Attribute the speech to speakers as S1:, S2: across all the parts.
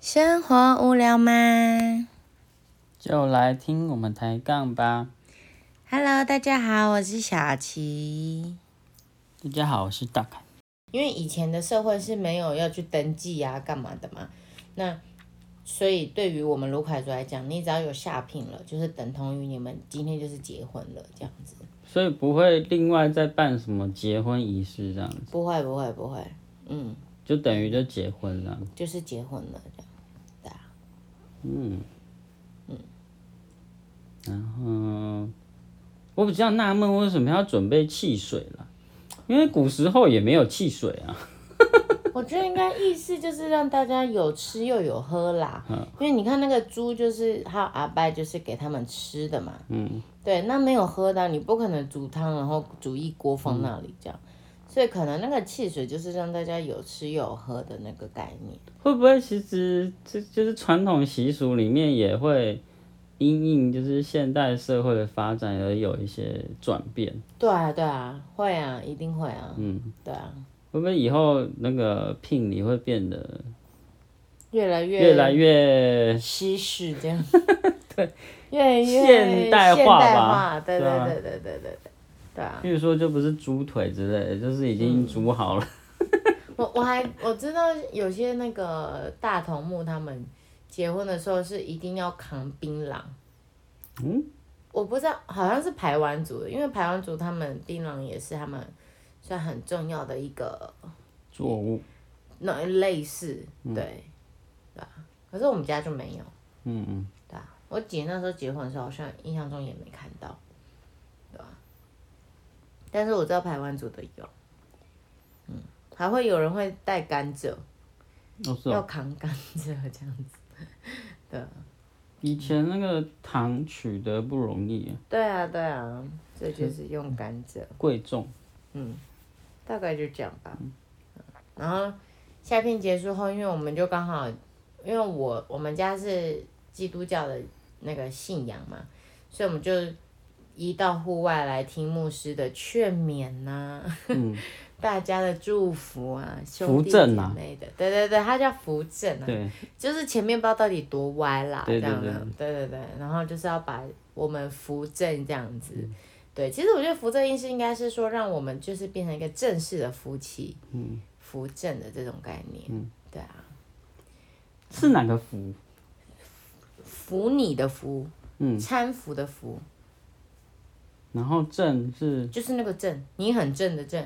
S1: 生活无聊吗
S2: 就来听我们抬杠吧。
S1: ？Hello，大家好，我是小琪。
S2: 大家好，我是大凯。
S1: 因为以前的社会是没有要去登记呀、干嘛的嘛，那所以对于我们卢凯族来讲，你只要有下聘了，就是等同于你们今天就是结婚了这样子。
S2: 所以不会另外再办什么结婚仪式这样子，
S1: 不会不会不会，嗯，
S2: 就等于就结婚了。
S1: 就是结婚了这样。对啊
S2: 嗯，然后我比较纳闷为什么要准备汽水啦，因为古时候也没有汽水啊。
S1: 我觉得应该意思就是让大家有吃又有喝啦，
S2: 嗯
S1: 因为你看那个猪就是还有阿拜就是给他们吃的嘛，
S2: 嗯，
S1: 对，那没有喝的啊、你不可能煮汤然后煮一锅放那里这样，
S2: 嗯
S1: 所以可能那个汽水就是让大家有吃又有喝的那个概念。
S2: 会不会其实这就是传统习俗里面也会因应就是现代社会的发展而有一些转变？
S1: 对啊，对啊，会啊，一定会啊，嗯，对啊，
S2: 会不会以后那个聘礼会变得
S1: 越来越
S2: 越来越
S1: 西式 这样，对，越来越
S2: 现代化吧
S1: 现代化对
S2: 对
S1: 对
S2: 啊
S1: 对对对对对，对啊。嗯
S2: 比如说就不是猪腿之类的，就是已经煮好了。
S1: 我我还我知道有些那个大头目他们结婚的时候是一定要扛槟榔。
S2: 嗯。
S1: 我不知道，好像是排湾族的，因为排湾族他们槟榔也是他们算很重要的一个
S2: 作物，
S1: 那类似，对，对啊。可是我们家就没有，
S2: 嗯嗯，
S1: 对啊。我姐那时候结婚的时候，好像印象中也没看到，对吧、但是我知道排湾族的有，嗯，还会有人会带甘蔗。
S2: 哦是
S1: 要
S2: 哦。
S1: 扛甘蔗这样子。
S2: 以前那个糖取得不容易，
S1: 对啊，对啊，这就是用甘蔗，
S2: 贵重。
S1: 大概就这样吧。嗯然后下片结束后，因为我们就刚好，因为我我们家是基督教的那个信仰嘛，所以我们就移到户外来听牧师的劝勉呐、
S2: 嗯
S1: 大家的祝福啊，
S2: 扶
S1: 兄弟姐
S2: 正啊
S1: 妹的，对对对，他叫扶正啊，
S2: 对，
S1: 就是前面不知道到底多歪啦，
S2: 对
S1: 这
S2: 对
S1: 样的，对对对，然后就是要把我们扶正这样子。
S2: 嗯
S1: 对，其实我觉得扶正意思应该是说，让我们就是变成一个正式的夫妻，
S2: 嗯，
S1: 扶正的这种概念，对啊，
S2: 是哪个福？
S1: 扶你的扶，
S2: 嗯，
S1: 搀扶的扶，
S2: 然后正是
S1: 就是那个正，你很正的正，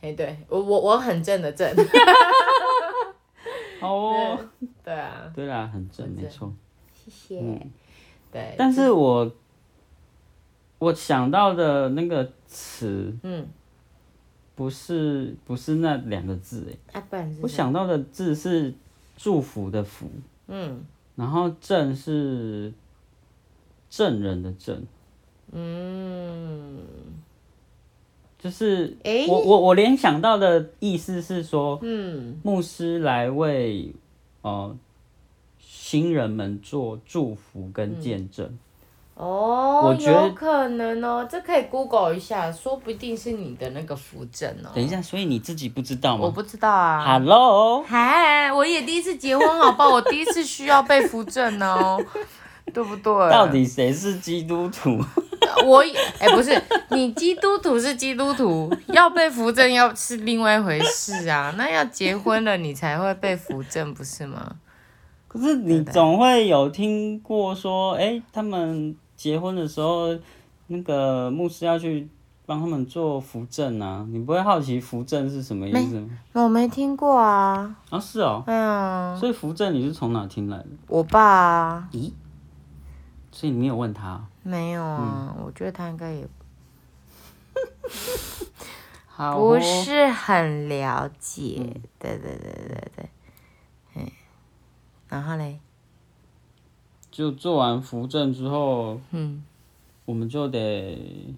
S1: 哎，对我我我很正的正，
S2: 哦，
S1: 对啊，
S2: 对啦，很正，没错。
S1: 谢谢，对，
S2: 嗯
S1: 哎
S2: 但是我我想到的那个词
S1: 嗯，
S2: 不是不是那两个字，哎，
S1: 啊，不然是
S2: 我
S1: 什么，
S2: 想到的字是祝福的福，
S1: 嗯
S2: 然后正是证人的证，
S1: 嗯，
S2: 就是
S1: 诶
S2: 我我我联想到的意思是说，
S1: 嗯。
S2: 牧师来为呃新人们做祝福
S1: 嗯
S2: 跟见证。
S1: 哦，
S2: 我觉得
S1: 有可能哦，这可以 Google 一下，说不定是你的那个扶正哦。
S2: 等一下，所以你自己不知道
S1: 我
S2: 吗
S1: 不知道啊。
S2: ？Hello，
S1: 嗨，我也第一次结婚，好不好？我第一次需要被扶正 哦，对不对？
S2: 到底谁是基督徒？
S1: 我也哎、不是，你基督徒是基督徒，要被扶正要是另外一回事啊。那要结婚了，你才会被扶正，不是吗？
S2: 可是你总会有听过说，哎、他们结婚的时候，那个牧师要去帮他们做扶正啊，你不会好奇扶正是什么意思吗？
S1: 我没听过啊，
S2: 啊，是哦，
S1: 哎呀，
S2: 所以扶正你是从哪听来的？
S1: 我爸啊，
S2: 咦，所以你没有问他哦、
S1: 没有啊，
S2: 嗯
S1: 我觉得他应该也
S2: 好哦嗯
S1: 不是很了解，对对对对对，嗯，然后嘞，
S2: 就做完扶正之后，
S1: 嗯，
S2: 我们就得，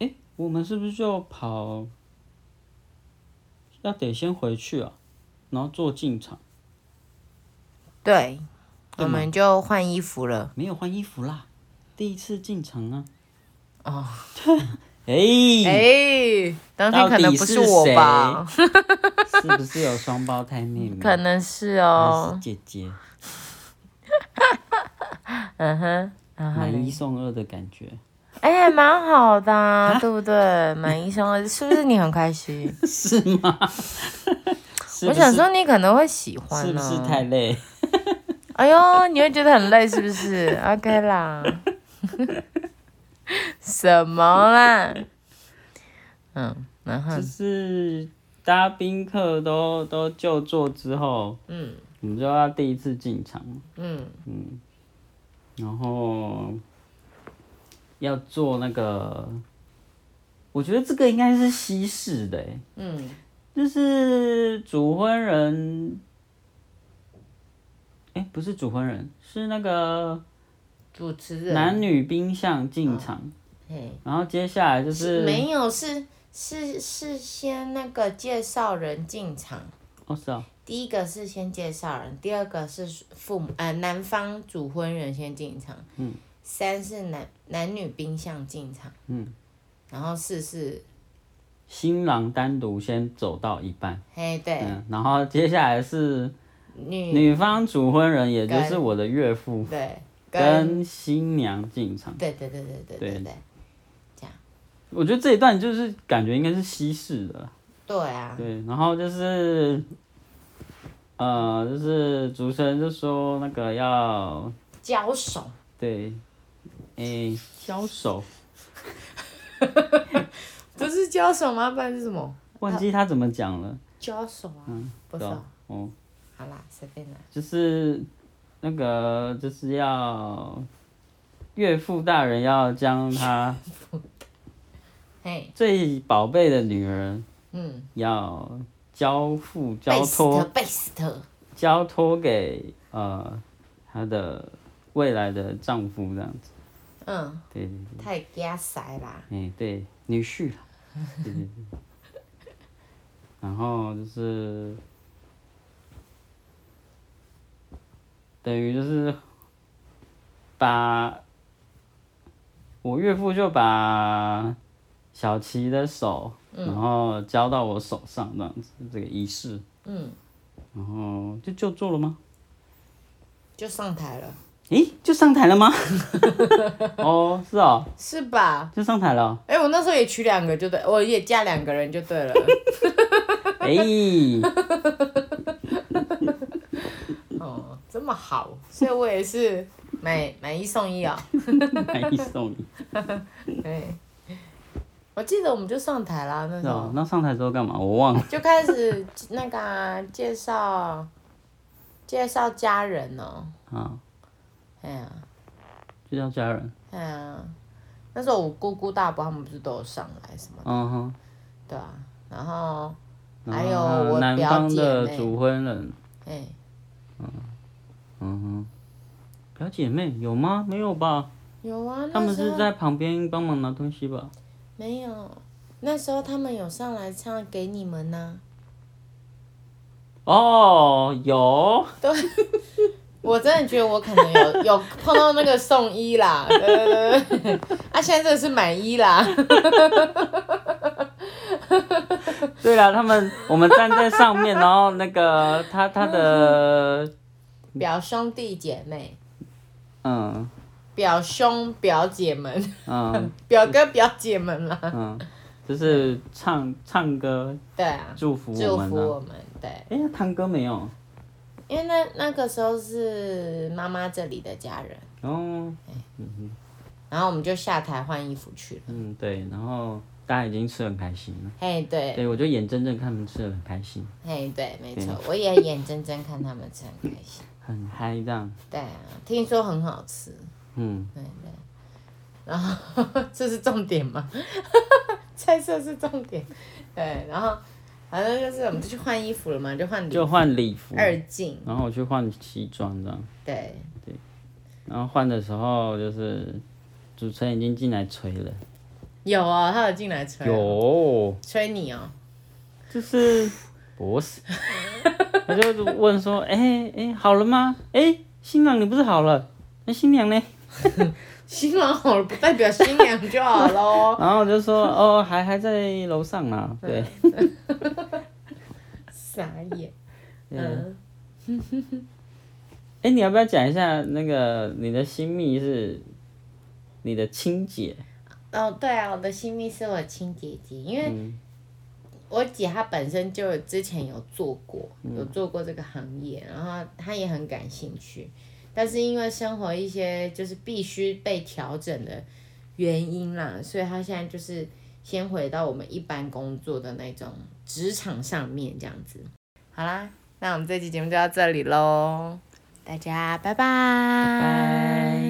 S2: 哎、我们是不是就跑？要得先回去啊，然后做进场，
S1: 对，我
S2: 对吗
S1: 们就换衣服了，
S2: 没有换衣服啦，第一次进场啊。哦，哎、
S1: 哎、当天可能不我吧，
S2: 是不是有双胞胎妹妹？
S1: 可能是
S2: 还
S1: 哦
S2: 是，姐姐，
S1: 嗯哼，嗯
S2: 买一
S1: 哼，
S2: 送二的感觉。
S1: 哎，蛮好的、啊，对不对？买一送二，是不是你很开心？
S2: 是吗？是
S1: 我
S2: 不是
S1: 想说你可能会喜欢
S2: 是不
S1: 呢、
S2: 是太累？
S1: 哎呦，你会觉得很累是不是 ？OK 啦，什么啦？嗯，然后
S2: 就是大家宾客都都就座之后，
S1: 嗯
S2: 我们就要第一次进场，
S1: 嗯
S2: 然后要做那个，我觉得这个应该是西式的、欸，
S1: 嗯，
S2: 就是主婚人，哎、不是主婚人，是那个
S1: 主持人
S2: 男女宾相进场，
S1: 嘿
S2: 然后接下来就是
S1: 没有是是是先那个介绍人进场，
S2: 哦是哦，
S1: 第一个是先介绍人，第二个是父母呃男方主婚人先进场，
S2: 嗯，
S1: 三是男男女宾相进场，
S2: 嗯，
S1: 然后四是
S2: 新郎单独先走到一半，
S1: 嘿对、嗯
S2: 嗯，然后接下来是嗯
S1: 女
S2: 女方主婚人，也就是我的岳父
S1: 对跟
S2: 跟新娘进场。
S1: 对对对对对对
S2: 对
S1: 对
S2: 我觉得这一段就是感觉应该是西式的，
S1: 对啊，
S2: 对，然后就是，呃，就是主持人就说那个要
S1: 交手
S2: 对，诶、交手，
S1: 不是交手吗？不然是什么？
S2: 忘记他怎么讲了，
S1: 交手啊，不是、
S2: 对
S1: 哦
S2: 吧，？哦，
S1: 好啦，随便啦。
S2: 就是那个就是要岳父大人要将他
S1: 嘿，
S2: 最宝贝的女儿
S1: 嗯
S2: 要交付交
S1: 哎
S2: 托
S1: ，best，best，
S2: 交托给呃她的未来的丈夫这样子，
S1: 嗯，
S2: 对对
S1: 太加塞啦，
S2: 对，哎、对女婿啦，对对对，然后就是等于就是把我岳父就把小琪的手，然后交到我手上这样子，这个仪式。
S1: 嗯，
S2: 然后就就座了吗？
S1: 就上台了，
S2: 诶，就上台 了吗？哦，是哦，
S1: 是吧？
S2: 就上台了哦。
S1: 哎、我那时候也娶两个就对，我也嫁两个人就对了。
S2: 诶，
S1: 哦，这么好， 所以我也是买买一送一哦。
S2: 买一送一。
S1: 对，我记得我们就上台啦，那
S2: 是
S1: 时候
S2: 哦，那上台之后干嘛？我忘了。
S1: 就开始那个啊、介绍介绍家人哦。
S2: 啊，
S1: 哎呀，
S2: 就叫家人。
S1: 哎呀，那时候我姑姑大伯他们不是都有上来什么，
S2: 嗯哼。
S1: 对啊，然后
S2: 然
S1: 还有
S2: 后
S1: 哎我
S2: 南
S1: 表
S2: 方
S1: 姐
S2: 的
S1: 妹
S2: 主婚人。
S1: 哎，
S2: 嗯哼。表姐妹有吗？没有吧？
S1: 有啊，
S2: 他
S1: 那
S2: 们
S1: 时
S2: 是
S1: 候
S2: 在旁边帮忙拿东西吧？
S1: 没有，那时候他们有上来唱给你们呢、
S2: 哦，有。
S1: 我真的觉得我可能有有碰到那个送医啦，对对对对，啊，现在这个是买医啦，
S2: 对了，他们我们站在上面，然后那个他他的
S1: 表兄弟姐妹、
S2: 嗯
S1: 表兄表姐们、
S2: 嗯
S1: 表哥表姐们啦，
S2: 嗯，就是唱唱歌
S1: 对啊，
S2: 祝福
S1: 祝
S2: 我们
S1: 福
S2: 呢、
S1: 我们，对，
S2: 哎、呀，堂哥没有，
S1: 因为那那个时候是妈妈这里的家人，
S2: 然后
S1: 然后我们就下台换衣服去了，
S2: 嗯对，然后大家已经吃得很开心了。
S1: 嘿，对，
S2: 对，我就眼睁睁看他们吃的很开心，
S1: 嘿，对，没错
S2: 对，
S1: 我也眼睁睁看他们吃很 开心，
S2: 很嗨这样。
S1: 对啊，听说很好 吃。
S2: 嗯，
S1: 对对，然后这是重点 吗？猜测是重点，对，然后反正就是我们就去换衣服了嘛，就换礼
S2: 就换礼服，
S1: 二进，
S2: 然后我去换西装这样。
S1: 对，
S2: 然后换的时候就是主持人已经进来吹了，
S1: 有哦，他有进来吹哦，
S2: 有，
S1: 吹你哦，
S2: 就是不是， 他就问说，哎、哎、好了吗？哎、新郎你不是好了？那新娘呢？
S1: 新郎好了不代表新娘就好喽，
S2: 然后我就说哦，还还在楼上啦，对，
S1: 傻眼。
S2: 嗯，
S1: 嗯，
S2: 哎、你要不要讲一下那个你的新密是你的亲姐？
S1: 哦，对啊，我的新密是我亲姐姐，因为我姐她本身就之前有做过，有做过这个行业，然后她也很感兴趣，但是因为生活一些就是必须被调整的原因啦，所以她现在就是先回到我们一般工作的那种职场上面这样子。好啦，那我们这期节目就到这里喽，大家拜拜
S2: 拜。